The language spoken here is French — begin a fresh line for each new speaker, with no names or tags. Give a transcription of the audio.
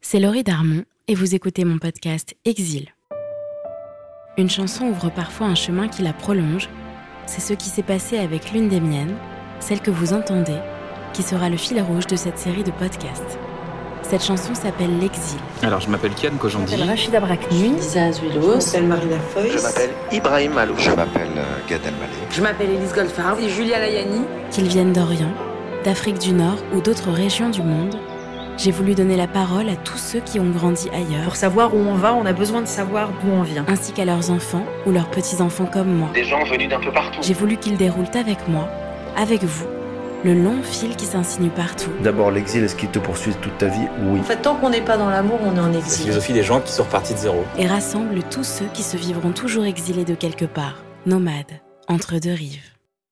c'est Laurie Darmon et vous écoutez mon podcast Exil. Une chanson ouvre parfois un chemin qui la prolonge. C'est ce qui s'est passé avec l'une des miennes, celle que vous entendez, qui sera le fil rouge de cette série de podcasts. Cette chanson s'appelle L'Exil.
Alors, je m'appelle Kian Kojandi.
Je m'appelle Rachida Brakni.
Lisa Azuelos.
Je m'appelle Marina Foïs.
Je m'appelle Ibrahim Malo.
Je m'appelle euh, Gad Elmaleh.
Je m'appelle Elise Goldfarb.
Et Julia Layani.
Qu'ils viennent d'Orient, d'Afrique du Nord ou d'autres régions du monde, j'ai voulu donner la parole à tous ceux qui ont grandi ailleurs.
Pour savoir où on va, on a besoin de savoir d'où on vient.
Ainsi qu'à leurs enfants ou leurs petits-enfants comme moi.
Des gens venus d'un peu partout.
J'ai voulu qu'ils déroulent avec moi, avec vous, le long fil qui s'insinue partout.
D'abord, l'exil, est-ce qu'il te poursuit toute ta vie Oui.
En fait, tant qu'on n'est pas dans l'amour, on est en exil.
La philosophie des gens qui sont repartis de zéro.
Et rassemble tous ceux qui se vivront toujours exilés de quelque part, nomades, entre deux rives.